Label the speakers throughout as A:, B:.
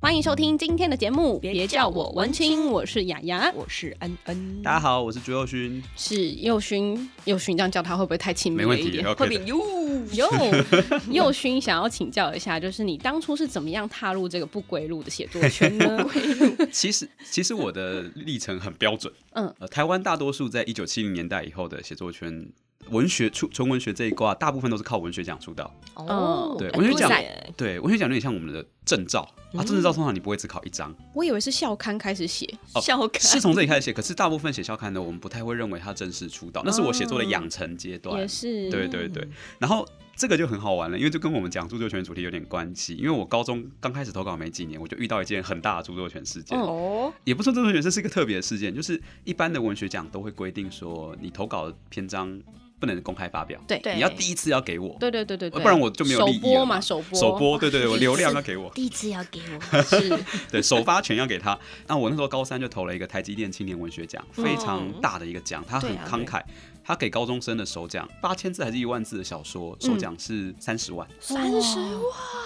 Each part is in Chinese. A: 欢迎收听今天的节目，
B: 别
A: 别
B: 叫
A: 叫
B: 我
A: 我
B: 文
A: 文
B: 青
A: 青，我是雅雅，
B: 我是安
A: 嗯
B: 安。
C: 大家好，我是朱佑勋。
A: 是佑勋。佑勋这样叫他会不会太亲密
C: 没
A: 了嗯
C: 问
A: 一
C: 题
A: 点？
B: 会
C: ，OK
B: 比
C: 的。
B: 哟，
A: 哟，佑勋想要请教一下，就是你当初是怎么样踏入这个不归路的写作圈 呢？
C: 其实，其实我的历程很标准。
A: 嗯，
C: 呃，台湾大多数在一九七零年代以后的写作圈，文学出纯文学这一挂，大部分都是靠文学奖出道。
A: 哦
C: 对
B: 很
C: 文
A: 学
B: 酷
A: 奖
B: 耶
C: 对，文学奖有点像我们的证照
A: 嗯
C: 啊，证照通常你不会只考 一张，
A: 我以为是校刊开始写，
C: 哦
B: 笑开
C: 是从这里开始写。可是大部分写校刊的，我们不太会认为它正式
A: 哦
C: 出道，那是我写作的养成阶段。
A: 也是
C: 对对对，
B: 嗯
C: 然后这个就很好玩了，因为就跟我们讲著作权主题有点关系。因为我高中刚开始投稿没几年，我就遇到一件很大的著作权事件，
A: 嗯
B: 哦，
C: 也不算著作权，这是一个特别的事件，就是一般的文学奖都会规定说，你投稿的篇章不能公开发表，
A: 对
B: 对
C: 你要第一次要给我，
A: 对对对对对，
C: 不然我就没有
A: 首
C: 利益
A: 播
C: 了
A: 嘛，首播
C: 首播，对对对，我流量要 给我，
B: 第一次要给我，
A: 是
C: 对，首发权要给他。那我那时候高三就投了一个台积电青年文学奖，非常大的一个奖，他很
B: 哦对啊嗯
C: 慷慨，他给高中生的首奖八千字还是一万字的小说，首奖是三十万。
A: 三十五，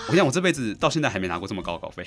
C: 我想我这辈子到现在还没拿过这么高的稿费。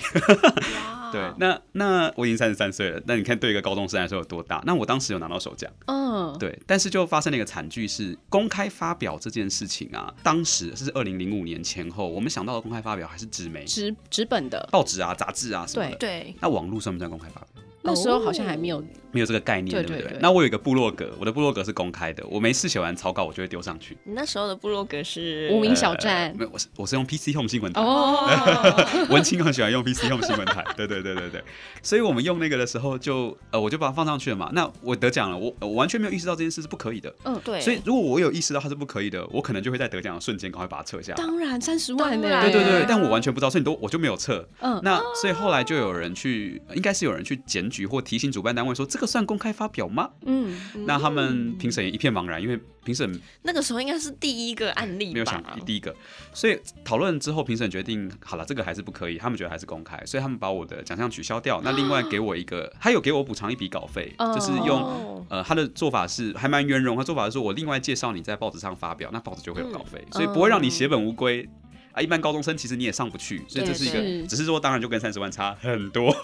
C: 对，那那我已经三十三岁了，那你看对一个高中生来说有多大？那我当时有拿到首奖，
A: 嗯，
C: 对，但是就发生了一个惨剧是，公开发表这件事情啊，当时是二零零五年前后，我们想到的公开发表还是纸媒、
A: 纸纸本的，
C: 报纸啊、杂志啊什么的。
B: 对，
C: 那网络算不算公开发表？
A: 那时候好像还没有
C: 没有这个概念，
A: 对
C: 不
A: 对对
C: 那我有一个部落格，我的部落格是公开的，我没事写完草稿我就会丢上去。呃
B: 你那时候的部落格是
A: 无名小站
C: 没有，我是我是用 PC Home 新闻台。
B: 嗯
A: 哦，
C: 文青很喜欢用 PC 用新闻台，对对对对对，所以我们用那个的时候就呃我就把它放上去了嘛。那我得奖了，我我完全没有意识到这件事是不可以的。
A: 嗯，
B: 对，
C: 所以如果我有意识到它是不可以的，我可能就会在得奖的瞬间赶快把它撤下来。
A: 当然三十万呢、
B: 当然
C: 对对对
B: 哎，
C: 但我完全不知道，所以你都我就没有撤。
A: 嗯，
C: 那所以后来就有人去，应该是有人去检举或提醒主办单位说这个算公开发表吗？
A: 嗯，
C: 那他们评审也一片茫然，因为评审
B: 那个时候应该是第一个案例吧，
C: 没有想第一个，所以讨论之后，评审决定好了，这个还是不可以，他们觉得还是公开，所以他们把我的奖项取消掉。那另外给我一个，他有给我补偿一笔稿费，
A: 哦
C: 就是用
B: 哦
C: 呃他的做法是还蛮圆融，他做法是说我另外介绍你在报纸上发表，那报纸就
A: 嗯
C: 会有稿费，所以不会让你血本无归。啊，一般高中生其实你也上不去，所以这是一
B: 对
A: 哦对
C: 个，只是说当然就跟三十万差很多。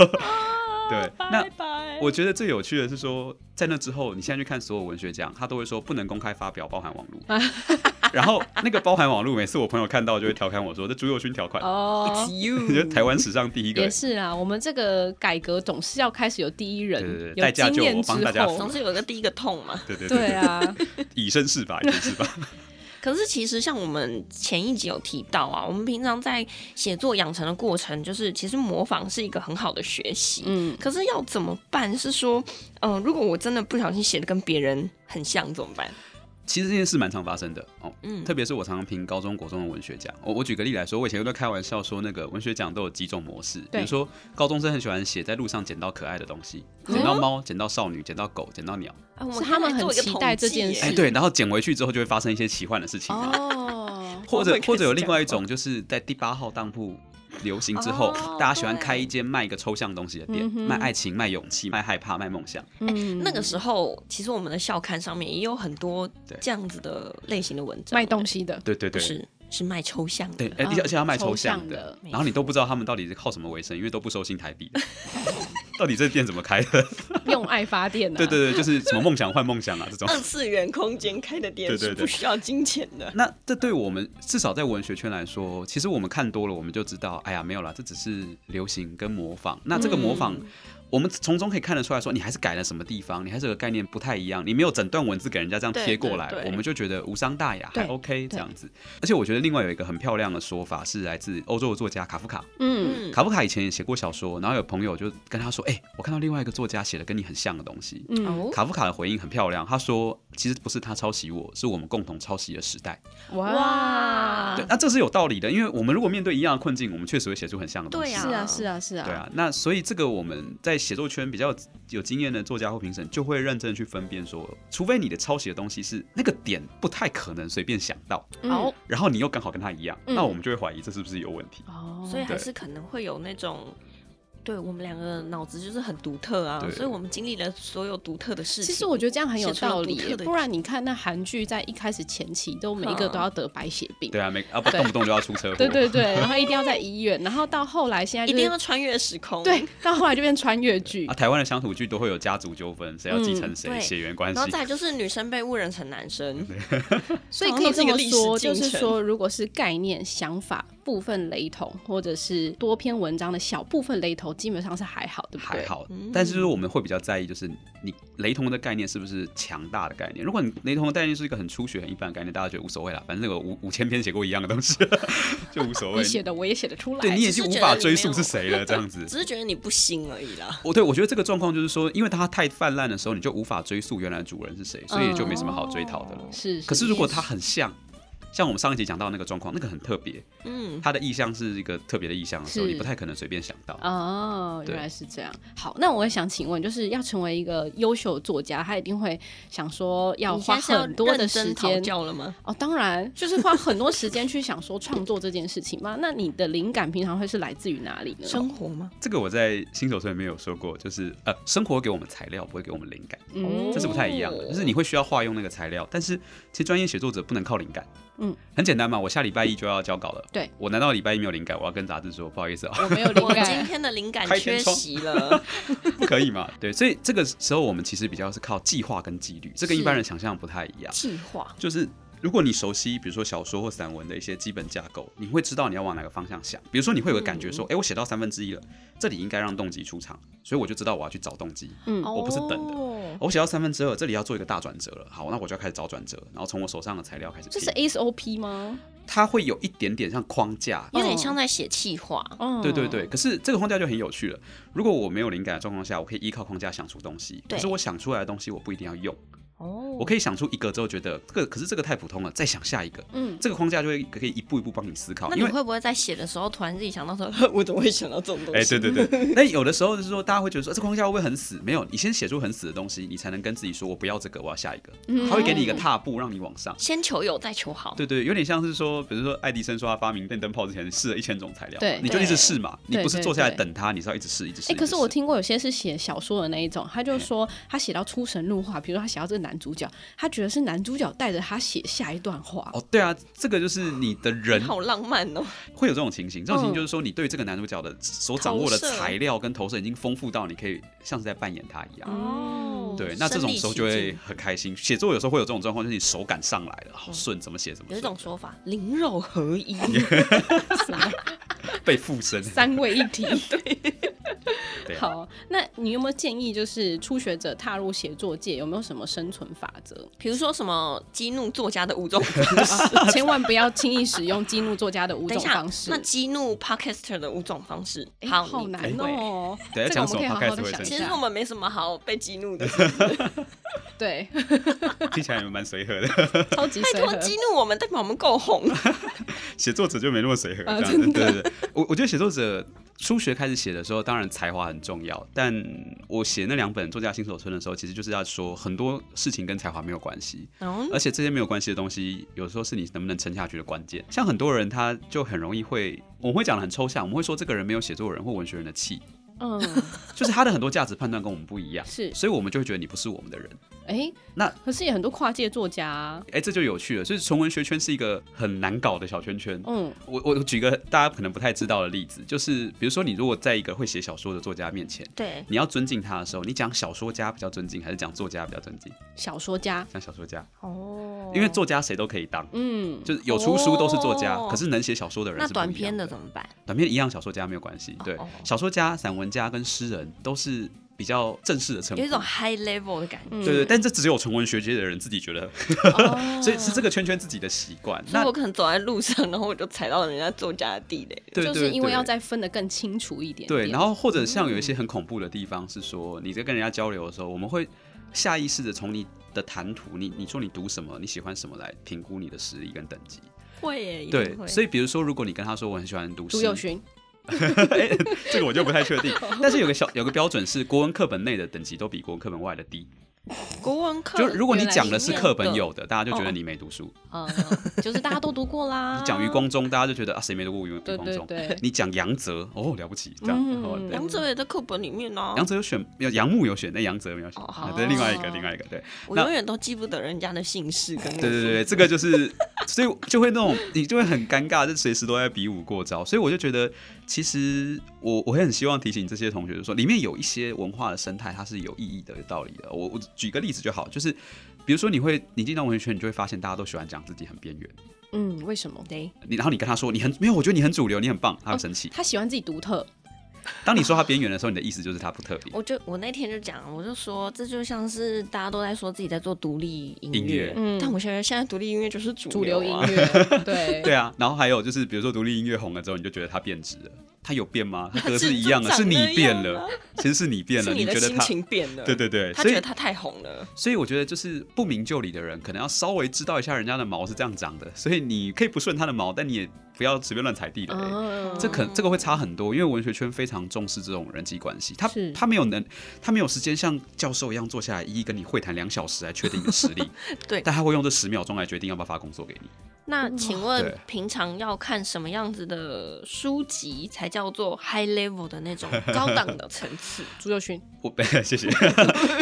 C: 对，那
A: 啊拜
C: 我觉得最有趣的是说，在那之后，你现在去看所有文学奖，他都会说不能公开发表，包 含网络。然后那个包含网络，每次我朋友看到就会调侃我说：“这朱佑勋条款，
A: 哦
B: It's you，
C: 就是台湾史上第一个
A: 也。是啦，我们这个改革总是要开始有第一人，
C: 对对对
A: 有
C: 代价
A: 经
C: 就
A: 验
C: 我
A: 之后，
C: 帮大家
B: 总是有个第一个痛嘛”。
C: 对对对，
A: 对啊，
C: 以身试法，以身试法。
B: 可是其实像我们前一集有提到啊，我们平常在写作养成的过程，就是其实模仿是一个很好的学习。
A: 嗯，
B: 可是要怎么办？是说，嗯、如果我真的不小心写的跟别人很像怎么办？
C: 其实这件事蛮常发生的哦，
B: 嗯
C: 特别是我常常评高中、国中的文学奖。我我举个例来说，我以前都开玩笑说，那个文学奖都有几种模式，比
A: 对
C: 如说高中生很喜欢写在路上捡到可爱的东西，
B: 哦
C: 捡到猫、捡到少女、捡到狗、捡到鸟，
B: 啊，我们
A: 是他们
B: 可以来做一个
A: 很期待这件
B: 统
A: 事
C: 哎，
B: 计耶
C: 对，然后捡回去之后就会发生一些奇幻的事情。啊
A: 哦，
C: 或
B: 我
C: 者
B: 会开始
C: 或者有另外一
B: 讲
C: 种，就是在第八号当铺流行之后，
B: 哦
C: 大家喜欢
B: 对
C: 开一间卖一个抽象东西的店，
A: 嗯哼
C: 卖爱情、卖勇气、卖害怕、卖梦想。
A: 嗯，
B: 哎那个时候，其实我们的校刊上面也有很多
C: 对
B: 这样子的类型的文章，
A: 卖东 西的，
C: 对对
B: 不
C: 对，
B: 是是卖抽象的，
C: 对，而
A: 啊
C: 且而且要卖抽
A: 抽
C: 象
A: 象
C: 的
A: 的，
C: 然后你都不知道他们到底是靠什么为生，因为都不收新台币的。 到底这店怎么开的？
A: 用爱发电啊，
C: 对对对，就是什么梦想换梦想啊这种。
A: 嗯
B: 二次元空间开的店
C: 对对
B: 是
C: 对
B: 不需要金钱的。
C: 那这对我们至少在文学圈来说，其实我们看多了，我们就知道，哎呀，没有啦，这只是流行跟模仿。那这个模仿，
A: 嗯
C: 我们从中可以看得出来说，你还是改了什么地方，你还是有个概念不太一样，你没有整段文字给人家这样贴过来，
B: 对对对
C: 我们就觉得无伤大雅，还
A: 对
C: OK 这样子。而且我觉得另外有一个很漂亮的说法是来自欧洲的作家卡夫卡，
A: 嗯，
B: 嗯，
C: 卡夫卡以前也写过小说，然后有朋友就跟他说，哎、我看到另外一个作家写的跟你很像的东西。
A: 嗯
B: 哦，
C: 卡夫卡的回应很漂亮，他说：“其实不是他抄袭我，是我们共同抄袭的时代。”
A: 哇，
C: 对，对，那这是有道理的，因为我们如果面对一样的困境，我们确实会写出很像的东西。
B: 对啊
A: 是啊，是啊，是啊，
C: 对啊，那所以这个我们在写作圈比较有经验的作家或评审就会认真去分辨说，除非你的抄袭的东西是那个点不太可能随便想到，
A: 嗯
B: 好，
C: 然后你又刚好跟他一样，
A: 嗯
C: 那我们就会怀疑这是不是有问题。
A: 哦，
B: 所以还
C: 对
B: 是可能会有那种。对我们两个脑子就是很独特啊
C: 对，
B: 所以我们经历了所有独特的事情。
A: 其实我觉得这样很有
B: 写出了
A: 道
B: 独
A: 理
B: 特
A: 耶，
B: 的
A: 不然你看那韩剧在一开始前期都每一个都要得白血病，
C: 对啊，没啊，不
A: 对
C: 动不动就要出车祸。
A: 对对对，然后一定要在医院，然后到后来现在
B: 一
A: 就
B: 定
A: 是
B: 要穿越时空，
A: 对，到后来就变穿越剧
C: 啊，，台湾的乡土剧都会有家族纠纷，谁要继承谁，
B: 嗯对
C: 血缘关
B: 然后
C: 系。
B: 再来就是女生被误认成男生，
A: 所以可以这
B: 这好像
A: 么说，就
B: 都是一个历史
A: 是
B: 进程
A: 说，如果是概念、想法部分雷同，或者是多篇文章的小部分雷同，基本上是还好，对不对？
C: 还好，但是就是我们会比较在意，就是你雷同的概念是不是强大的概念？如果你雷同的概念是一个很初学、很一般的概念，大家觉得无所谓啦，反正有五五千篇写过一样的东西， 就无所
A: 你
C: 谓。
A: 写的我也写得出来，
C: 对你已经无法追溯是谁了，这样
B: 只
C: 子。
B: 是觉得你不新而已啦。
C: 我对我觉得这个状况就是说，因为它太泛滥的时候，你就无法追溯原来主人是谁，所以就没什么好追讨的了。
A: 哦是。
C: 可是如果它很像，像我们上一集讲到那个状况，那个很特别，
B: 嗯，
C: 它的意向是一个特别的意向的时候，
A: 是
C: 你不太可能随便想到。
A: 哦，
C: 对
A: 原来是这样。好，那我也想请问，就是要成为一个优秀的作家，他一定会想说要
B: 你
A: 花
B: 现在是要
A: 很多的
B: 认真
A: 时
B: 讨
A: 间
B: 教了吗？
A: 哦，当然就是花很多时间去想说创作这件事情嘛。那你的灵感平常会是来自于哪里 呢？
B: 生活吗？
C: 这个我在新手村里面有说过，就是呃，生活给我们材料，不会给我们灵感，
A: 嗯
C: 这是不太一样的。
B: 哦
C: 就是你会需要化用那个材料，但是其实专业写作者不能靠灵感。
A: 嗯，
C: 很简单嘛，我下礼拜一就要交稿了。
A: 对，
C: 我难道礼拜一没有灵感？我要跟杂 志说不好意思啊，
A: 我没有灵
B: 我
A: 感，
B: 今天的灵感
C: 开
B: 缺
C: 天窗
B: 席了，
C: 不可以嘛？对，所以这个时候我们其实比较是靠计划跟纪律，这跟一般人想象不太一样。
B: 计划
C: 就是如果你熟悉，比如说小说或散文的一些基本架构，你会知道你要往哪个方向想。比如说，你会有个感觉
A: 嗯
C: 说，哎、我写到三分之一了，这里应该让动机出场，所以我就知道我要去找动机。
A: 嗯
C: 我不是等的
B: 的，
C: 哦我写到三分之二，这里要做一个大转折了。好，那我就要开始找转折，然后从我手上的材料开始
A: 这
C: 拼。
A: 是 SOP 吗？
C: 它会有一点点像框架，
B: 有点像在写计划。
A: 哦
C: 对对对。，可是这个框架就很有趣了。如果我没有灵感的状况下，我可以依靠框架想出东西。
B: 对
C: 可是我想出来的东西，我不一定要用。
B: 哦
C: 我可以想出一个之后，觉得这个可是这个太普通了，再想下一个。
A: 嗯，
C: 这个框架就会可以一步一步帮你思考，
B: 那
C: 因
B: 你
C: 为。
B: 会不会在写的时候突然自己想到说， 呵我怎么会想到这种东西？
C: 哎、对对对， 那有的时候就是说，大家会觉得说、这框架会不会很死？没有，你先写出很死的东西，你才能跟自己说，我不要这个，我要下一个。
A: 嗯
C: 他会给你一个踏步，让你往上。
B: 先求有，再求好。
C: 对对，有点像是说，比如说爱迪生说他发明电灯泡之前试了一千种材料嘛，
A: 对
C: 你就一直试嘛，
A: 对
C: 你不是坐下来等它，你是要一直试，一直试。
A: 哎、
C: 一直
A: 可是我
C: 试
A: 听过有些是写小说的那一种，他就说他写到出神入化，比如说他写到这个男主角，他觉得是男主角带着他写下一段话。
C: 哦，对啊，这个就是你的人
B: 好浪漫哦！
C: 会有这种情形，这种情
A: 嗯
C: 形就是说，你对这个男主角的所掌握的
B: 投射
C: 材料跟投射已经丰富到你可以像是在扮演他一样。
A: 哦
C: 对，那这种时候就会很开心。写作有时候会有这种状况，就是你手感上来了，
A: 嗯
C: 好顺，怎么写怎么
B: 有
C: 顺
B: 一种说法，灵肉合一，
C: 被附身。
A: 三位一体，对。
C: 对啊
A: 好，那你有没有建议，就是初学者踏入写作界有没有什么生存法则？
B: 比如说什么激怒作家的五 种方
A: 啊千万不要轻易使用激怒作家的五
B: 等一
A: 种
B: 下
A: 方，式
B: 那。激怒 podcaster 的五种方式，
A: 哎
B: 好，哦
A: 好
B: 你
A: 难
B: 会
A: 哦、
C: 对要
A: 这个我们
C: 讲什
A: 可以
C: 么
A: 好
C: podcast
A: 好的
C: 会
A: 想一
C: 生
B: 其实
A: 下
B: 我。们没什么好被激怒的，
A: 对，
C: 听起来也蛮随和的，
A: 超级
B: 拜
A: 随
B: 托
A: 和。
B: 激怒我们，代表我们够红。
C: 写作者就没那么随和。
A: 啊
C: 这样子，对对对，我我觉得写作者初学开始写的时候，当然才华很重要，但我写那两本作家新手村的时候，其实就是要说很多事情跟才华没有关系，
B: 嗯
C: 而且这些没有关系的东西，有时候是你能不能撑下去的关键。像很多人他就很容易会，我们会讲的很抽象，我们会说这个人没有写作人或文学人的气，
A: 嗯，
C: 就是他的很多价值判断跟我们不一样，
A: 是
C: 所以我们就会觉得你不是我们的人。
A: 哎、
C: 那
A: 可是也很多跨界作家啊、
C: 哎、这就有趣了，就是纯文学圈是一个很难搞的小圈圈。
A: 嗯，
C: 我我举个大家可能不太知道的例子，就是比如说你如果在一个会写小说的作家面前，
B: 对，
C: 你要尊敬他的时候，你讲小说家比较尊敬，还是讲作家比较尊敬？
A: 小说家，
C: 讲小说家，
B: 哦
C: 因为作家谁都可以当，
A: 嗯，
C: 就是有出书都是作家，
B: 哦
C: 可是能写小说的人
B: 那
C: 是不一样
B: 短篇的怎么办？
C: 短篇一样，小说家没有关系。对
B: 哦，
C: 小说家、散文家跟诗人都是比较正式的称呼
B: 有一。种 high level 的感觉。
A: 嗯
C: 对对，但这只有纯文学界的人自己觉得，
A: 哦
C: 所以是这个圈圈自己的习惯。
B: 所以
C: 那
B: 我可能走在路上，然后我就踩到人家作家的地雷。
C: 对
A: 就
C: 对
A: 是因为
C: 对
A: 要再分得更清楚一点
C: 对，然
A: 后
C: 后或者像有一些很恐怖的地方是说，你在跟人家交流的时候，我们会下意识的从你的谈吐，你你说你读什么，你喜欢什么来评估你的实力跟等级。
B: 会耶，一定
C: 对
B: 会，
C: 所以比如说，如果你跟他说我很喜欢读诗
A: 朱，友勋，
C: 哎这个我就不太确定。但是有个小有个标准是，国文课本内的等级都比国文课本外的低。
B: 国文课
C: 就如果你讲的是课本
B: 有，
C: 有的，大家就觉得
B: 哦
C: 你没读书；
A: 嗯，就是大家都读过啦。
C: 你讲余，光中，大家就觉得啊谁没读过余余
A: 对
C: 光
A: 对
C: 中？
A: 对，
C: 你讲杨哲，哦了不起，这样。
A: 嗯
C: 哦对
B: 杨哲也在课本里面呢、啊。
C: 杨哲有选，有杨牧有选，但杨哲没有选。
B: 哦
C: 啊
B: 好
C: 对，另外一个，
A: 哦
C: 另外一个，对，
B: 我
C: 那
B: 永远都记不得人家的姓氏跟
C: 对对对对，这个就是，所以就会那种，你就会很尴尬，就随时都在比武过招。所以我就觉得，其实我我会很希望提醒这些同学，就是说里面有一些文化的生态，它是有意义的、有道理的。我我举个例子就好，就是比如说你会你进到文学圈，你就会发现大家都喜欢讲自己很边缘，
A: 嗯，为什么？
B: 对
C: 你然后你跟他说你很没有，我觉得你很主流，你很棒，他会
A: 哦
C: 生气。
A: 他喜欢自己独特，
C: 当你说他边缘的时候，你的意思就是他不特别。
B: 我就我那天就讲，我就说这就像是大家都在说自己在做独立音
C: 音乐
A: 嗯
B: 但我觉得现在独立音乐就是主
A: 主流音
B: 乐啊。
A: 乐，对
C: 对啊，然后还有就是，比如说独立音乐红了之后，你就觉得它变质了，它有变吗？它歌是一 样的，
B: 就是长
C: 你
B: 那样
C: 变
B: 啊
C: 了，其实是你变了，
B: 是你的
C: 觉得
B: 心
C: 它，
B: 情变了，
C: 对对对，
B: 他
C: 所
B: 觉得
C: 以
B: 他太红了，，
C: 所以我觉得就是不明就里的人，可能要稍微知道一下人家的毛是这样长的，所以你可以不顺他的毛，但你也不要随便乱踩地雷。
A: 嗯，
C: 这可这个会差很多，因为文学圈非常重视这种人际关系，他
A: 是
C: 他没有能，他没有时间像教授一样坐下来一一跟你会谈两小时来确定你的实力
B: 对
C: 但他会用这十秒钟来决定要不要发工作给你。
B: 那请问
C: 对
B: 平常要看什么样子的书籍才叫做 high level 的那种高档的层 次？
A: 朱友勋，
C: 我 谢谢，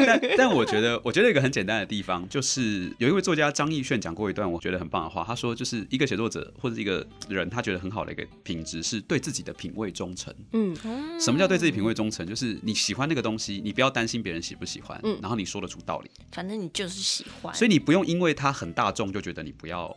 C: 但但我觉得，我觉得有一个很简单的地方，就是有一位作家张艺炫讲过一段我觉得很棒的话，他说，就是一个写作者或者一个人，他觉得很好的一个品质是对自己的品味忠诚。
A: 嗯，
C: 什么叫对自己品味忠诚？就是你喜欢那个东西，你不要担心别人喜不喜欢，
A: 嗯
C: 然后你说得出道理，
B: 反正你就是喜欢，
C: 所以你不用因为它很大众就觉得你不要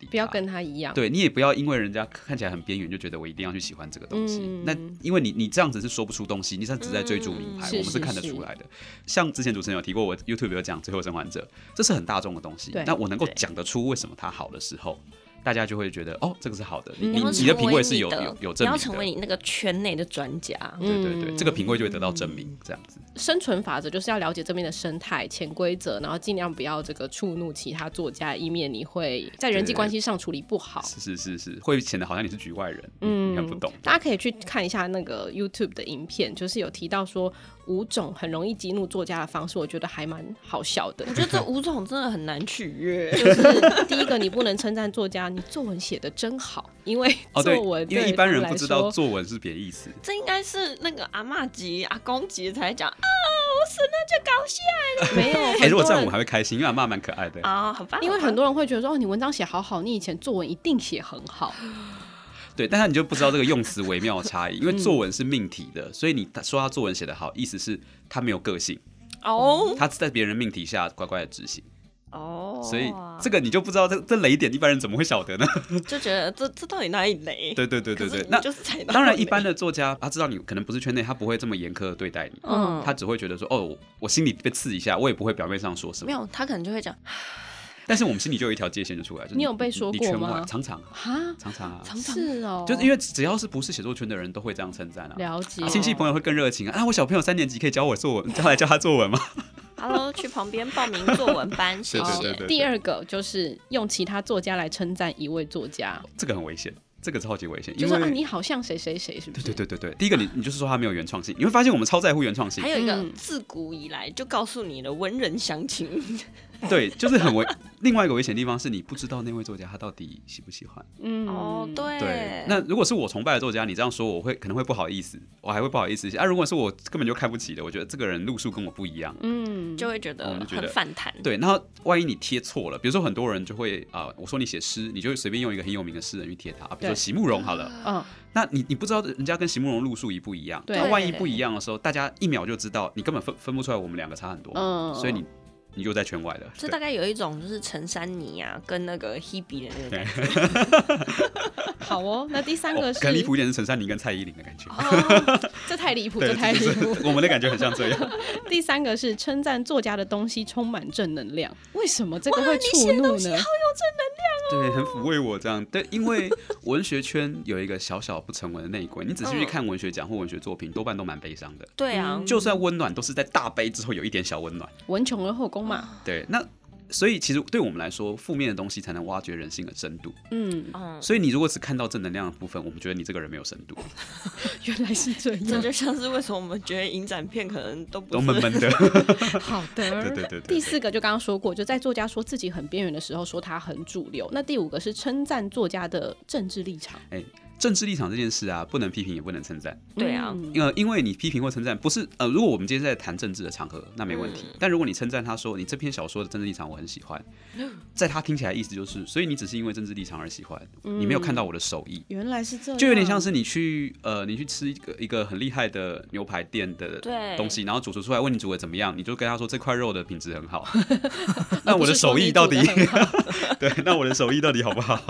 C: 理
A: 不要
C: 它
A: 跟他一样，
C: 对你也不要因为人家看起来很边缘，就觉得我一定要去喜欢这个东西。
A: 嗯
C: 那因为你你这样子是说不出东西，你这样只在追逐名牌，
A: 嗯
C: 我们
A: 是是
C: 看得出来的。像之前主持人有提过，我 YouTube 有讲《最后生还者》，这是很大众的东西
A: 对。
C: 那我能够
B: 对
C: 讲得出为什么它好的时候，大家就会觉得哦，这个是好的。
A: 嗯
C: 你
B: 你
C: 你
B: 要
C: 你的
B: 成
C: 品
B: 为
C: 味是有
B: 你的
C: 有有
B: 你
C: 证
B: 要
C: 明
B: 成
C: 的
B: 为。你那个圈内的专 家。
C: 对对对，
A: 嗯
C: 这个品味就会得到证明，这样子。
A: 生存法则就是要了解这边的生态、潜规则，然后尽量不要这个触怒其他作家，以免你会在人际关系上处理不好。
C: 是是是是，会显得好像你是局外人，嗯，你很不懂。
A: 大家可以去看一下那个 YouTube 的影片，就是有提到说五种很容易激怒作家的方式，我觉得还蛮好笑的。
B: 我觉得这五种真的很难取 悦。
A: 就是第一个，你不能称赞作家，你作文写的真好，因为
C: 哦，对
A: 作文，
C: 因为
A: 对
C: 一般
A: 他们
C: 人
A: 来
C: 不知道
A: 说
C: 作文是别 意思。
B: 这应该是那个阿嬷级、阿公级才讲啊，我死那就搞笑
A: 没有。
C: 哎，如
A: 很多
C: 果这样
A: 人
C: 我还会开心，因为阿妈蛮可爱的。
B: 啊，好吧，
A: 因为
B: 好吧
A: 很多人会觉得说，哦，你文章写好好，你以前作文一定写很好，
C: 对，但是你就不知道这个用词微妙的差异，因为
A: 嗯
C: 作文是命题的，所以你说他作文写得好，意思是他没有个性，
B: 哦
C: 他在别人命题下乖乖的执行，
B: 哦，
C: 所以这个你就不知道这这雷点，一般人怎么会晓得呢？
B: 就觉得这这到底哪里雷？
C: 对对对对
B: 可是
C: 对
B: 你，
C: 那
B: 就是踩到
C: 当然
B: 雷
C: 一般的作家他知道你可能不是圈内，他不会这么严苛的对待你，
A: 嗯
C: 他只会觉得说哦，我我心里被刺一下，我也不会表面上说什
B: 没
C: 么，
B: 有，他可能就会讲
C: 但是我们心里就有一条界限就出来，就是
A: 你有被说
C: 你
A: 过
C: 圈外
A: 吗
C: 常常啊
A: 哈，
C: 常常啊，
B: 常常
A: 是哦，
C: 就是因为只要是不是写作圈的人都会这样称赞啊。
A: 了解
B: 啊
C: 亲戚朋友会更热情啊！啊我小朋友三年级可以教我作文， 教来教他作文吗？
B: Hello，去旁边报名作文班， 谢
C: 对对对
B: 谢。
C: 对
A: 哦第二个就是用其他作家来称赞一位作家，
C: 这个很危险，这个超级危险，
A: 就
C: 因
A: 说啊，
C: 为
A: 你好像谁谁谁，是不
C: 对
A: 是？
C: 对对对对，第一个你你就是说他没有原创性，你会发现我们超在乎原创性
B: 还，有一个
A: 嗯
B: 自古以来就告诉你的文人详情，
C: 对，就是很危。另外一个危险的地方是你不知道那位作家他到底喜不喜欢。
A: 嗯，
B: 哦，对
C: 对，那如果是我崇拜的作家，你这样说我会可能会不好意思，我还会不好意思一些啊。如果是我根本就看不起的，我觉得这个人路数跟我不一样。
A: 嗯，
B: 就会觉
C: 我
B: 得
C: 们就觉
B: 很
C: 得
B: 反弹。
C: 对，然后万一你贴错了，比如说很多人就会啊、我说你写诗，你就会随便用一个很有名的诗人去贴他，啊比如说
A: 对
C: 席慕容好了，
A: 嗯，
C: 那你你不知道人家跟席慕容路数一不一样，
A: 对
C: 那万一不一样的时候，大家一秒就知道，你根本分分不出来我们两个差很多，
A: 嗯
C: 所以你你就在圈外了。
B: 这大概有一种就是陈珊妮啊，跟那个 Hebe 的那个感觉。
A: 好哦。那第三
C: 对
A: 个
C: 哦
A: 是，哦
C: 更离谱一点是陈珊妮跟蔡依林的感觉，
A: 这太离谱，
C: 对
A: 这，太离
C: 就是
A: 谱。
C: 我们的感觉很像这样。
A: 第三个是称赞作家的东西充满正能量，为什么这个会触怒呢？
C: 对，很抚慰我这样。对，因为文学圈有一个小小不成文的内鬼，你仔细去看文学奖或文学作品，多半都蛮悲伤的。
B: 对啊，
C: 就算温暖，都是在大悲之后有一点小温暖。
A: 文穷而后宫嘛，
C: 对，那所以其实对我们来说，负面的东西才能挖掘人性的深度。
A: 嗯，
B: 嗯，
C: 所以你如果只看到正能量的部分，我们觉得你这个人没有深度，
A: 原来是这
B: 这
A: 样。
B: 就 像是为什么我们觉得影展片可能都不
C: 都
B: 是
C: 闷闷的。
A: 好的，
C: 对对对 对
A: 第四个就刚刚说过，就在作家说自己很边缘的时候，说他很主流。那第五个是称赞作家的政治立场。
C: 政治立场这件事啊，不能批评也不能称赞。
B: 对啊
A: 嗯
C: 呃，因为你批评或称赞，不是呃，如果我们今天在谈政治的场合，那没问题。但如果你称赞他说你这篇小说的政治立场我很喜 欢，在他听起来意思就是，所以你只是因为政治立场而喜欢，你没有看到我的手艺。
A: 原来是这样，
C: 就有点像是你去呃，你去吃一个一个很厉害的牛排店的
B: 对
C: 东西，然后主厨出来问你煮的怎么样，你就跟他说这块肉的品质很 好。那我
A: 不
C: 的
A: 是说
C: 手艺
A: 你
C: 到
A: 煮得
C: 底
A: 很好
C: 对？那我的手艺到底好不 好？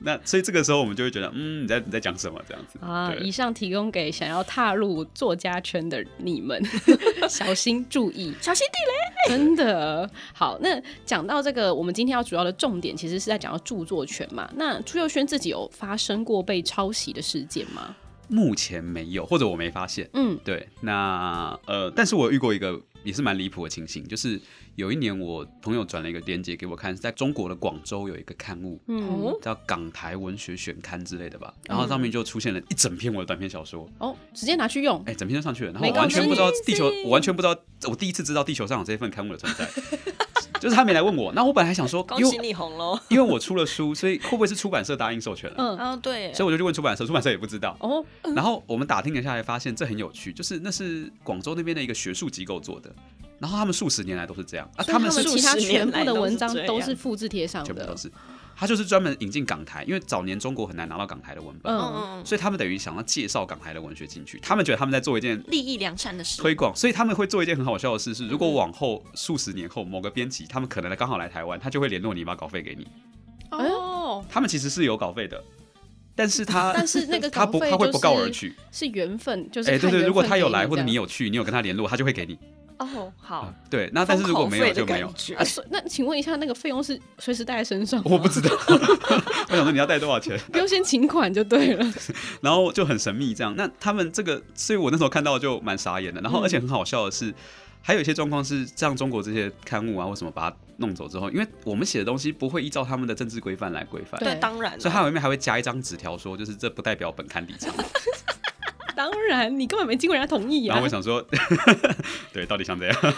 C: 那所以这个时候我们就会觉得，嗯，你在你在讲什么这样子
A: 啊！
C: 对
A: 以上提供给想要踏入作家圈的你 们，小心注意。
B: 小心地雷。
A: 真的好，那讲到这个，我们今天要主要的重点其实是在讲到著作权嘛。那朱佑轩自己有发生过被抄袭的事件吗？
C: 目前没有，或者我没发现。
A: 嗯，
C: 对，那呃，但是我有遇过一个也是蛮离谱的情形，就是有一年我朋友转了一个链接给我看，是在中国的广州有一个刊物，
A: 嗯，
B: 哦
C: 叫港台文学选刊之类的吧，然后上面就出现了一整篇我的短篇小说，
A: 哦，直接拿去用
C: 哎、整篇就上去了，然后
A: 没
C: 我完全不知道
B: amazing
C: 地球，我完全不知道，我第一次知道地球上有这份刊物的存在， 就是他没来问我，那我本来还想说，
B: 恭
C: 因
B: 喜
C: 为
B: 你红喽！
C: 因为我出了书，所以会不会是出版社答应授权了？
A: 嗯，
B: 啊，对，
C: 所以我就去问出版社，出版社也不知道。
A: 哦，
C: 然后我们打听了下来，发现这很有趣，就是那是广州那边的一个学术机构做的，然后他们数十年来都是这样啊，
A: 所以
C: 他
A: 他
C: 们是
B: 数
A: 其他
B: 十年
A: 全部
B: 来
A: 的
B: 都是
A: 文章
B: 这
A: 都
B: 样
A: 是复制贴上
C: 全部
A: 的
C: 都，是，他就是专门引进港台，因为早年中国很难拿到港台的文本，
A: 嗯，
B: 嗯，嗯嗯
C: 所以他们等于想要介绍港台的文学进去，他们觉得他们在做一件。
B: 利益良善的事，
C: 推广，所以他们会做一件很好笑的事是，如果往后数十年后某个编辑，他们可能刚好来台湾，他就会联络你把稿费给你。
A: 哦，
C: 他们其实是有稿费的，但是他
A: 但是那个
C: 他
A: 稿
C: 不
A: 费
C: 他会
A: 就
C: 不告
A: 是
C: 而取。
A: 是缘分，就是
C: 哎、对
A: 看
C: 对，
A: 缘
C: 如果
A: 分
C: 他有
A: 给
C: 来或
A: 这
C: 者你
A: 样，
C: 有去，你有跟他联络，他就会给你。
B: 哦，好
C: 啊，对，那但是如果没有就没有
B: 封口费的感觉
C: 啊，
A: 所以那请问一下，那个费用是随时带在身上吗？
C: 我不知道。 我想说你要带多少钱，
A: 不用先请款就对了。
C: 然后就很神秘这样。那他们这个，所以我那时候看到就蛮傻眼的。然后而且很好笑的是，还有一些状况是，像中国这些刊物啊或什么把它弄走之后，因为我们写的东西不会依照他们的政治规范来规范。
A: 对
B: 对，当然了，
C: 所以它里面还会加一张纸条说，就是这不代表本刊立场。
A: 当然，你根本没经过人家同意
C: 然
A: 啊
C: 后我。想说， 对，到底想怎样？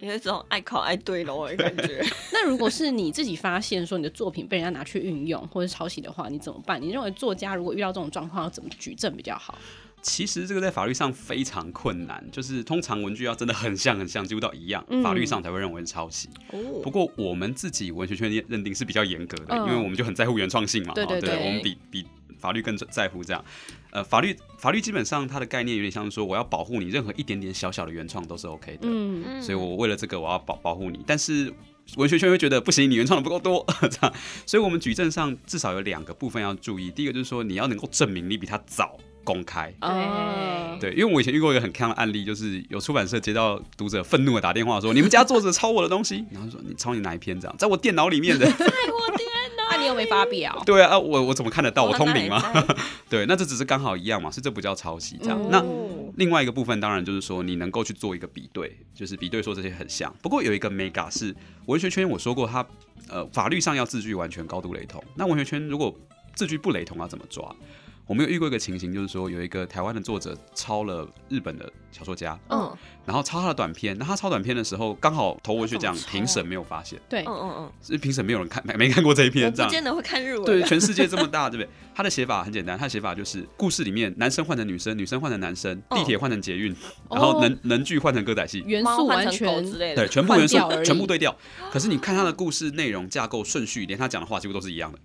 B: 有一种爱考爱对喽的感 觉。
A: 那如果是你自己发现说你的作品被人家拿去运用或者抄袭的话，你怎么办？你认为作家如果遇到这种状况要怎么举证比较好？
C: 其实这个在法律上非常困难，就是通常文具要真的很像很像，几乎到一样，
A: 嗯
C: 法律上才会认为是抄袭。
B: 哦
C: 不，过我们自己文学圈认定是比较严格的，
A: 嗯
C: 因为我们就很在乎原创性嘛，
A: 对
C: 哦
A: 对对
C: 我们比比法律更在乎这样。呃，法律法律基本上它的概念有点像是说，我要保护你任何一点点小小的原创都是 OK 的，
A: 嗯，
B: 嗯
C: 所以我为了这个我要保保护你，但是。文学圈会觉得不行，你原创的不够多， 这样，所以我们举证上至少有两个部分要注意。第一个就是说，你要能够证明你比他早公开，
A: 啊，
B: 哦
C: 对，因为我以前遇过一个很坑的案例，就是有出版社接到读者愤怒的打电话说：“你们家作者抄我的东西。”然后说：“你抄你哪一篇？这样在我电脑里面的。
A: 那你又没发表”
C: 对啊，啊我我怎么看得到？我
B: 哦
C: 通灵？吗？
B: 那那也在
C: 对，那这只是刚好一样嘛，所以这不叫抄袭这样。
A: 嗯
C: 那
B: 哦
C: 另外一个部分当然就是说，你能够去做一个比对，就是比对说这些很像。不过有一个 mega 是文学圈，我说过它呃法律上要字句完全高度雷同，那文学圈如果字句不雷同要怎么抓？我们有遇过一个情形，就是说有一个台湾的作者抄了日本的小说家，
B: 嗯
C: 然后抄他的短片，那他抄短片的时候，刚好投文学
B: 他
C: 奖
B: 怎么抄啊
C: 评审没有发现，
A: 对
B: 嗯，嗯
C: 所以评审没有人看，没 没看过这一
B: 嗯，我
C: 篇，这
B: 不
C: 样
B: 见得会看日文。啊
C: 对，全世界这么大，对不对？他的写法很简单，他的写法就是故事里面男生换成女生，女生换成男生，
B: 嗯
C: 地铁换成捷运，
B: 哦
C: 然后能能剧换成歌仔戏，
A: 元
B: 猫
A: 素
B: 换
A: 完
B: 成狗
A: 全
B: 之类的
C: 对，，全部元素
A: 换掉而已
C: 全部对调。可是你看他的故事内容架构顺序，连他讲的话几乎都是一样的，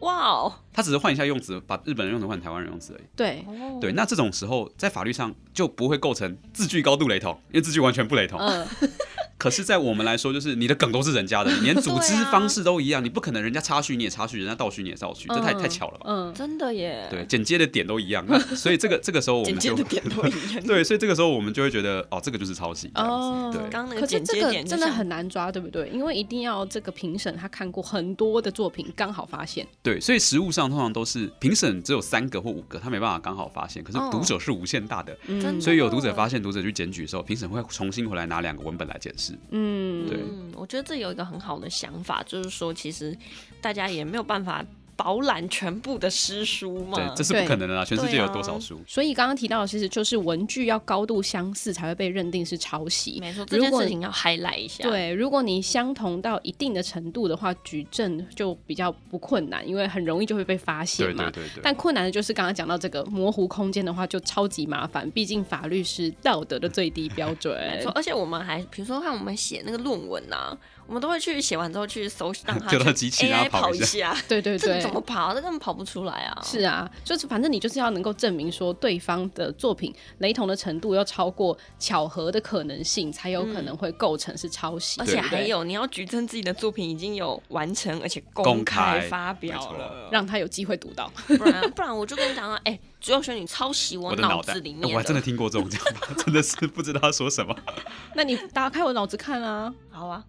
B: 哇哦，
C: 他只是换一下用词，把日本人用词换成台湾人用词而已。
A: 对，
B: 嗯
C: 对，那这种时候在法律上就不会构成字句高度雷同，因为字句完全不雷同。
A: 嗯，
C: 可是，在我们来说，就是你的梗都是人家的，你连组织
B: 啊
C: 方式都一样，你不可能人家插叙你也插叙，人家倒叙你也倒叙，这太
A: 嗯
C: 太巧了吧？
A: 嗯，
B: 真的耶，
C: 对，剪接的点都一样， 那所以这个这个时候我
B: 简
C: 们
B: 介
C: 就
B: 的点都一样。
C: 对，所以这个时候我们就会觉得哦，这个就是抄袭这样子。
A: 哦，
C: 对
B: 刚刚那
A: 可
B: 个
A: 是
B: 剪
A: 这
B: 接
A: 个
B: 点
A: 真
B: 就
A: 的
B: 像
A: 很难抓，对不对？因为一定要这个评审他看过很多的作品，刚好发现。
C: 对，所以实物上通常都是评审只有三个或五个，他没办法刚好发现，可是
B: 哦
C: 读者是无限大的，
B: 真
A: 嗯
B: 的
C: 所以有读者发现读者去检举的时候，评审会重新回来拿两个文本来检视。事。
A: 嗯，
C: 对
B: 嗯，我觉得这有一个很好的想法，就是说，其实大家也没有办法饱览全部的诗书嘛。
C: 对，这是不可能的啦，全世界有多少书？
A: 所以刚刚提到的，其实就是文具要高度相似才会被认定是抄袭。
B: 没错，这
A: 如
B: 件
A: 果
B: 事情要 highlight 一下。，
A: 对，如果你相同到一定的程度的话，举证就比较不困难，因为很容易就会被发现
C: 对
A: 啊嘛。
C: 对对对。
A: 但困难的就是刚刚讲到这个模糊空间的话，就超级麻烦，毕竟法律是道德的最低标准。
B: 没错。而且我们还，比如说看我们写那个论文啊，我们都会去写完之后去搜， 让它
C: 就让
B: 去
C: 机器
B: AI
C: 让它跑
B: 跑
C: 一
B: 下。
A: 对对
B: 这个
A: 对，
B: 怎么跑啊？这根本跑不出来啊！
A: 是啊，就是反正你就是要能够证明说对方的作品雷同的程度要超过巧合的可能性，才有可能会构成是抄袭，
B: 嗯而且
A: 对不对
B: 还有，你要举证自己的作品已经有完成，而且
C: 公
B: 公
C: 开
B: 开发
C: 没
B: 表
C: 错
B: 了，
A: 让他有机会读到。
B: 不然不然我就跟你讲啊，哎、只有选你抄袭我
C: 我的脑
B: 脑
C: 袋
B: 子里，
C: 哎
B: 面
C: 我还真的听过这种讲法， 真的是不知道他说什么。
A: 那你打开我脑子看啊，
B: 好啊，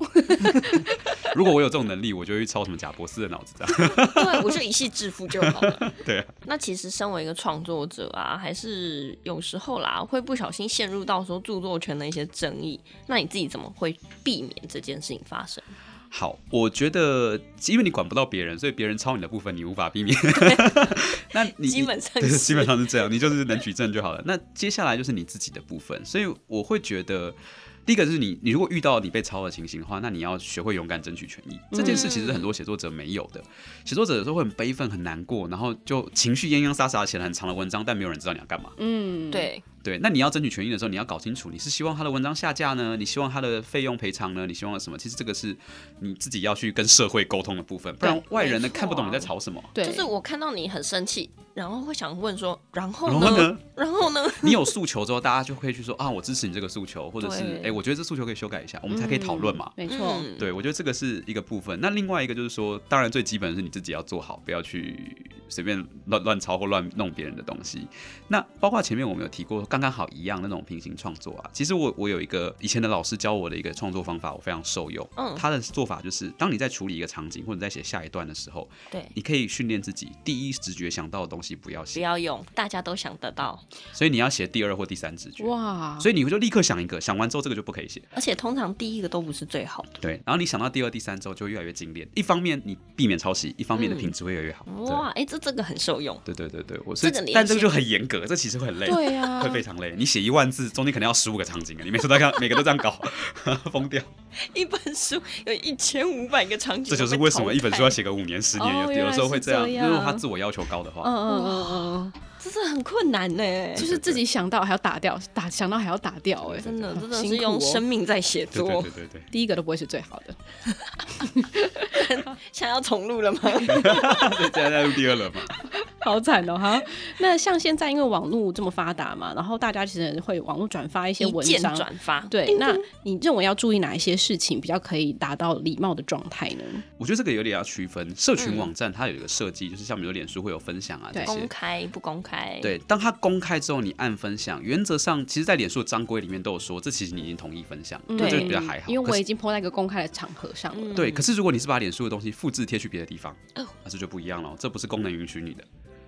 C: 如果我有这种能力，我就会去抄什么贾博士的脑子这样。
B: 对，我就一夕致富就好了。
C: 对啊，
B: 那其实身为一个创作者啊，还是有时候啦，会不小心陷入到说著作权的一些争议。那你自己怎么会避免这件事情发生？
C: 好，我觉得因为你管不到别人，所以别人抄你的部分你无 法避免。那你
B: 基本上
C: 对，
B: 是
C: 基本上是这样，你就是能举证就好了。那接下来就是你自己的部分，所以我会觉得。第一个就是你，你如果遇到你被抄的情形的话，那你要学会勇敢争取权益。
B: 嗯
C: 这件事其实是很多写作者没有的。写作者有时候会很悲愤、很难过，然后就情绪洋洋洒洒写了很长的文章，但没有人知道你要干嘛。
A: 嗯，，
B: 对，
C: 对，那你要争取权益的时候，你要搞清楚，你是希望他的文章下架呢？你希望他的费用赔偿呢？你希望什么？其实这个是你自己要去跟社会沟通的部分，不然外人
B: 没
C: 呢
B: 错啊
C: 看不懂你在吵什么。
A: 对，
B: 就是我看到你很生气，然后会想问说，然后
C: 然
B: 呢？
C: 后呢，
B: 然后呢？
C: 你有诉求之后，大家就会去说啊，我支持你这个诉求，或者是
B: 对
C: 哎、我觉得这诉求可以修改一下，我们才可以讨论嘛。
A: 嗯没错，
B: 嗯
C: 对，我觉得这个是一个部分。那另外一个就是说，当然最基本的是你自己要做好，不要去随便乱乱抄或乱弄别人的东西。那包括前面我们有提过，刚刚好一样那种平行创作啊。其实我我有一个以前的老师教我的一个创作方法，我非常受用。
B: 嗯
C: 他的做法就是，当你在处理一个场景或者在写下一段的时候，
B: 对，
C: 你可以训练自己第一直觉想到的东西不要
B: 不
C: 写，
B: 要用，大家都想得到，
C: 所以你要写第二或第三直觉。
A: 哇，
C: 所以你就立刻想一个，想完之后这个就不可以写。
B: 而且通常第一个都不是最好的。
C: 对，然后你想到第二、第三周就越来越精炼。一方面你避免抄袭，一方
A: 嗯
C: 面的品质会越来越好。
B: 哇，哎、这这个很受用。
C: 对对对对对，我
B: 这
C: 是，
B: 个连
C: 但这个
B: 线
C: 就很严格，这其实会很累，
A: 对啊
C: 会非常累。你写一万字，中间可能要十五个场景啊，你每次都要 每个都这样搞，疯掉。
B: 一本书有一千五百个场景，
C: 这就是为什么一本书要写个五年、十年，
A: 哦
C: 有
A: 原
C: 有
A: 来
C: 时候
A: 是
C: 会这样，
A: 这
C: 因
A: 样
C: 为如果他自我要求高的话。
A: 嗯嗯嗯嗯
B: 这是很困难呢、
A: 嗯，就是自己想到还要打掉，打想到还要打掉、哎，
B: 真的，真的
A: 辛
B: 是
A: 苦
B: 用
A: 哦
B: 生命在写
C: 对
B: 作。
C: 对对对对，
A: 第一个都不会是最好的。
B: 想要重录了吗？
C: 现在在录第二轮嘛，
A: 好惨哦！哈，那像现在因为网络这么发达嘛，然后大家其实会网络转发一些
B: 一
A: 文
B: 键
A: 章，
B: 转发，
A: 对，那你认为要注意哪一些事情比较可以达到礼貌的状态呢？
C: 我觉得这个有点要区分。社群
B: 嗯
C: 网站它有一个设计，就是像比如脸书会有分享啊这
A: 对
C: 些
B: 公，开不公
A: 哎
B: 开？，
C: 对，当它公开之后，你按分享，原则上其实，在脸书的章规里面都有说，这其实你已经同意分享，
A: 嗯
C: 这就
B: 对
C: 比较还好。
A: 因为
C: 可
A: 我
C: 是
A: 已经 po 在一个公开的场合上
B: 嗯
A: 了。
C: 对，可是如果你是把脸书的东西复制贴去别的地方，
B: 哦
C: 那这就不一样了，这不是功能允许你的。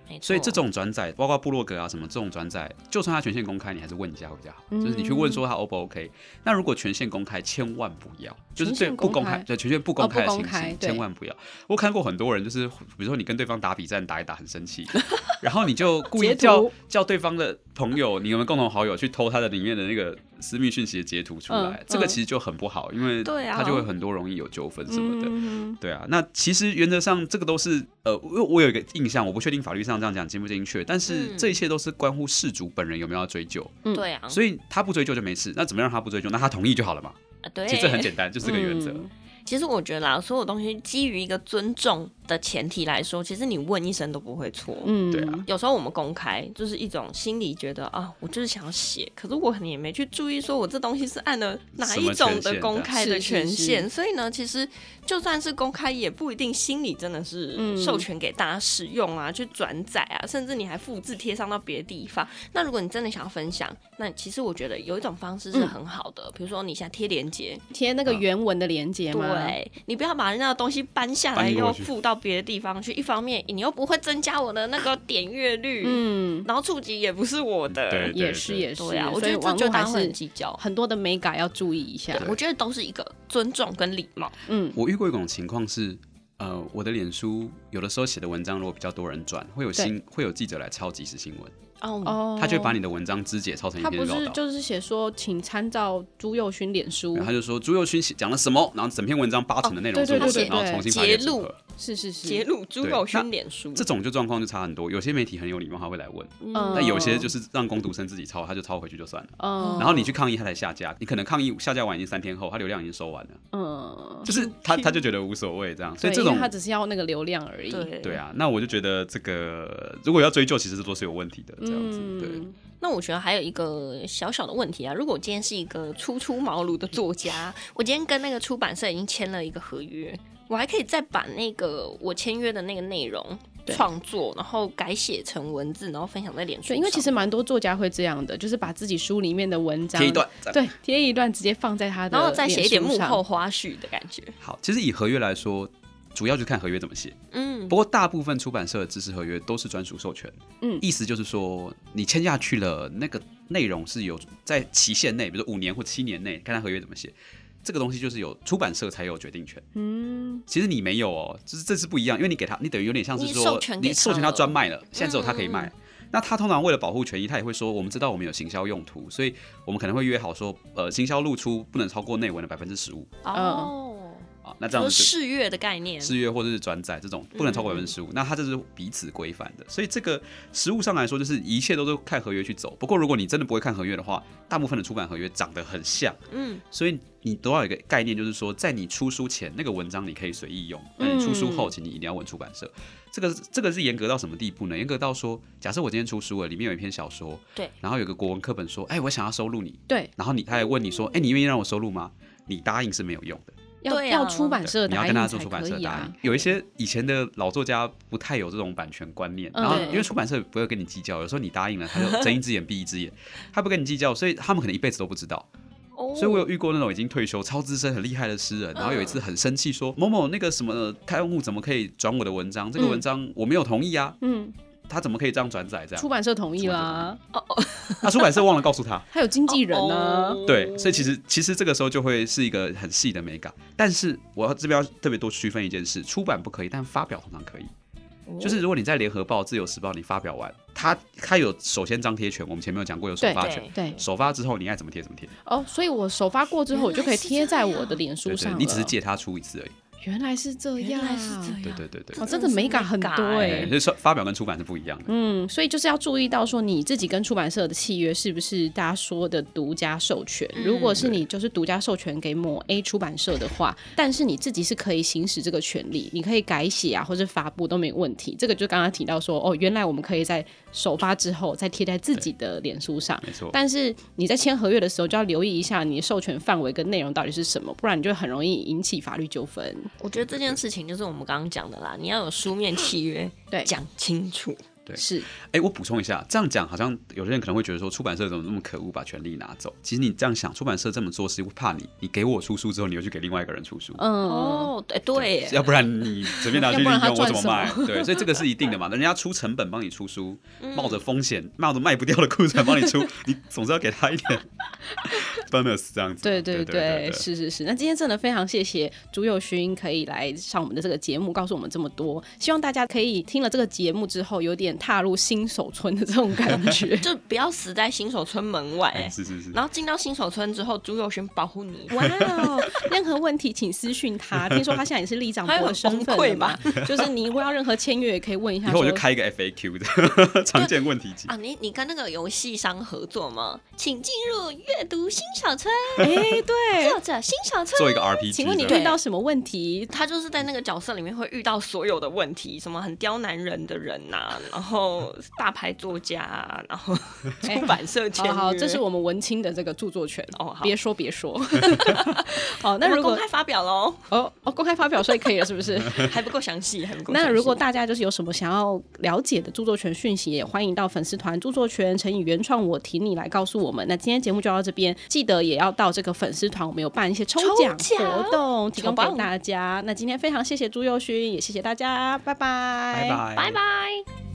B: 没错
C: 所以这种转载，包括部落格啊什么这种转载，就算它权限公开，你还是问一下会比较好。就是你去问
A: 嗯
C: 说它 O 不 OK。那如果权限公开，千万不要，就是对
A: 权限
C: 不
A: 公
C: 公
A: 开
C: 开，对权限不
A: 哦
C: 公
A: 不
C: 开的
A: 公
C: 情
A: 开
C: 形，
A: 对
C: 千万不要。我看过很多人，就是比如说你跟对方打比战，打一打很生气， 然后你就故意
A: 截图
C: 叫叫对方的朋友，你们共同好友去偷他的里面的那个私密讯息的截图出来
A: 嗯，
C: 这个
A: 嗯
C: 其实就很不好，因为
B: 对啊
C: 他就会很多容易有纠纷什么的。
A: 嗯，
C: 对啊，那其实原则上这个都是呃，我我有一个印象，我不确定法律上这样讲精不精确，但是
B: 嗯
C: 这一切都是关乎事主本人有没有要追究，
B: 对
A: 哦
B: 啊，
C: 嗯所以他不追究就没事。那怎么样让他不追究？那他同意就好了嘛。
B: 啊对，
C: 其实这很简单，就是这个原则。
A: 嗯
B: 其实我觉得啦，所有东西基于一个尊重的前提来说，其实你问一声都不会错。
A: 嗯，
C: 对啊，
B: 有时候我们公开就是一种心里觉得啊，我就是想要写，可是我可能也没去注意，说我这东西是按了哪一种的公开的权
A: 什么权限
B: 限。所以呢，其实就算是公开，也不一定心里真的
A: 嗯
B: 是授权给大家使用啊，去转载啊，甚至你还复制贴上到别的地方。那如果你真的想要分享，那其实我觉得有一种方式是很好的，比如说你现在贴链接，
A: 贴那个原文的连接嘛。
B: 对你不要把人家的东西搬下来
C: 搬过
B: 又
C: 去
B: 附到别的地方去，一方面你又不会增加我的那个点阅率，
A: 嗯，
B: 然后触及也不是我的，
C: 嗯对
A: 也是也是，
B: 对啊，我觉
A: 所以
B: 得这
A: 网
B: 就
A: 络
B: 大
A: 还
B: 家会很
A: 是
B: 计较。
A: 很多的美感要注意一下。
B: 我觉得都是一个尊重跟礼貌，
A: 嗯
C: 我遇过一种情况是，呃，我的脸书有的时候写的文章如果比较多人转，会有新会有记者来抄即时新闻，
B: 哦，
A: 哦，
C: 他就会把你的文章肢解抄成一
A: 他
C: 篇
A: 不
C: 报
A: 是
C: 道。
A: 就是写说，请参照朱佑勋脸书
C: 然后，他就说朱佑勋讲了什么，然后整篇文章八成的内容
A: 哦
C: 是我
A: 对对
C: 的，
A: 对对
C: 然后重新排列
B: 截
C: 组
B: 录
C: 合。
A: 是是是，
B: 揭露朱
C: 对
B: 友
C: 那
B: 勋脸书，
C: 这种就状况就差很多。有些媒体很有礼貌，他会来问；
A: 嗯
C: 那有些就是让工读生自己抄，他就抄回去就算了。
A: 嗯，
C: 然后你去抗议，他才下架。你可能抗议下架完已经三天后，他流量已经收完了，
A: 嗯，
C: 就是他他就觉得无所谓这样。所以
A: 对
C: 这
A: 因
C: 种
A: 为他只是要那个流量而已，
B: 对
C: 对。啊，那我就觉得这个如果要追究，其实都是有问题的这样子。对，
A: 嗯，
B: 那我觉得还有一个小小的问题啊，如果我今天是一个初出茅庐的作家，我今天跟那个出版社已经签了一个合约，我还可以再把那个我签约的那个内容
A: 对
B: 创作，然后改写成文字，然后分享在脸书上。
A: 对，因为其实蛮多作家会这样的，就是把自己书里面的文章
C: 贴一段。
A: 对，贴一段直接放在他的，
B: 然后再写一点幕后。花絮的感觉。
C: 好，其实以合约来说，主要就看合约怎么写。
B: 嗯
C: 不，过大部分出版社的知识合约都是专属授权，
A: 嗯
C: 意思就是说你签下去了，那个内容是有在期限内，比如说五年或七年内，看他合约怎么写。这个东西就是有出版社才有决定权，
A: 嗯，
C: 其实你没有哦，就是这是不一样，因为你给他，你等于有点像是
B: 你
C: 说
B: 授权给
C: 你授权他
B: 他了
C: 专卖了，现在只有他可以卖。
B: 嗯
C: 那他通常为了保护权益，他也会说，我们知道我们有行销用途，所以我们可能会约好说，呃，行销露出不能超过内文的百分之十五
B: 哦，
C: 啊，那这样
B: 就是
C: 子
B: 试阅的概念。
C: 制约或者是转载这种不能超过百分之十五，那它这是彼此规范的，所以这个实物上来说，就是一切都是看合约去走。不过如果你真的不会看合约的话，大部分的出版合约长得很像，
B: 嗯，
C: 所以你都要有一个概念，就是说在你出书前那个文章你可以随意用，那你出书后，请你一定要问出版社。这个这个是严格到什么地步呢？严格到说，假设我今天出书了，里面有一篇小说，
B: 对，
C: 然后有个国文课本说，哎，我想要收录你，
A: 对，
C: 然后你他还问你说，哎，你愿意让我收录吗？你答应是没有用的。
A: 要
B: 对啊
A: 要出版社
C: 你要
A: 答应
C: 跟他
A: 才
C: 做出版
A: 可
C: 社
A: 以
C: 答应
A: 啊。。
C: 有一些以前的老作家不太有这种版权观念，
A: 嗯
C: 然后
B: 对
C: 因为出版社不会跟你计较，有时候你答应了，他就睁一只眼闭一只眼，他不跟你计较，所以他们可能一辈子都不知道。
B: 哦，
C: 所以我有遇过那种已经退休、超资深、很厉害的诗人，然后有一
A: 嗯
C: 次很生气说：“某某那个什么刊物怎么可以转我的文章？这个文章我没有同意啊，
A: 嗯，
C: 他怎么可以这样转载这
A: 出
C: 样
A: 版社同意啦，？”
C: 那出版社忘了告诉他。
A: 他有经纪人啊呢。
B: 哦
C: 对，所以其实其实这个时候就会是一个很细的美感，但是我要这边要特别多区分一件事，出版不可以，但发表通常可以。
A: 哦
C: 就是如果你在联合报、自由时报你发表完，它它有首先张贴权，我们前面有讲过有首发权
B: 对，
A: 对
C: 首发之后你爱怎么贴怎么贴，
A: 哦，所以我首发过之后，我就可以贴在我的脸书
C: 对对
A: 上，了。哎
C: 你只是借他出一次而已，
A: 原来是这样，
B: 原来是这样，
C: 对对对对
A: 哦，
C: 对。
A: 真的美感很
B: 嗯
A: 多哎、
C: 哎，所以说发表跟出版是不一样的。
A: 嗯，所以就是要注意到说你自己跟出版社的契约是不是大家说的独家授权。
B: 嗯
A: 如果是你就是独家授权给某 A 出版社的话，但是你自己是可以行使这个权利，你可以改写啊或者发布都没问题。这个就刚刚提到说，哦，原来我们可以在首发之后再贴在自己的脸书上。
C: 没错，
A: 但是你在签合约的时候就要留意一下你的授权范围跟内容到底是什么，不然你就很容易引起法律纠纷。
B: 我觉得这件事情就是我们刚刚讲的啦，你要有书面契约，
A: 对
B: 讲清楚。
C: 对
A: 是，
C: 哎，我补充一下，这样讲好像有些人可能会觉得说出版社怎么那么可恶，把权利拿走。其实你这样想，出版社这么做是怕你，你给我出书之后，你又去给另外一个人出书，
A: 嗯，
B: 哦，对对耶，。
C: 要不然你随便拿去利
A: 要不然他
C: 用，我
A: 赚
C: 怎么卖？对，所以这个是一定 的嘛。人家出成本帮你出书，
A: 嗯
C: 冒着风险，冒着卖不掉的库存帮你出，你总是要给他 一点 bonus 这样子嘛。
A: 对
C: 对
A: 对
C: 对
A: 对，，是是是。那今天真的非常谢谢朱友勋可以来上我们的这个节目，告诉我们这么多。希望大家可以听了这个节目之后，有点踏入新手村的这种感觉
B: 就不要死在新手村门外
C: 哎
B: 耶。
C: 是是是。
B: 然后进到新手村之后，朱佑勋保护你。
A: 哇哦！任何问题请私讯他。听说他现在也是立 长
B: 他会
A: 博
B: 很
A: 的身
B: 崩
A: 份了
B: 溃
A: 嘛
B: 吧，
A: 就是你如果要任何签约也可以问一下
C: 以
A: 说。
C: 后我就开一个 FAQ 的常见问题集。
B: 啊，你你跟那个游戏商合作吗？请进入阅读新手村，
A: 哎， 对，
B: 作者新手村。
C: 做一个 RPG，
A: 请问你
C: 这样
A: 遇到什么问题？
B: 他就是在那个角色里面会遇到所有的问题，什么很刁难人的人呐、 然后大牌作家、啊，然后
A: 哎
B: 出版社签约、
A: 好好，这是我们文青的这个著作权
B: 哦好
A: 别说别说。 好，那
B: 那
A: 如
B: 如果
A: 果
B: 公开发表喽，
A: 哦哦公开发表，所以可以了，是不是？
B: 还不够详细，还不够详细。
A: 那如果大家就是有什么想要了解的著作权讯息，也欢迎到粉丝团“著作权乘以原创我挺你”来告诉我们。那今天节目就到这边，记得也要到这个粉丝团，我们有办一些抽
B: 抽
A: 奖
B: 奖
A: 活动，提
B: 超
A: 供给
B: 棒
A: 大家。那今天非常谢谢朱佑勋，也谢谢大家，拜拜，
C: 拜拜，
B: 拜拜。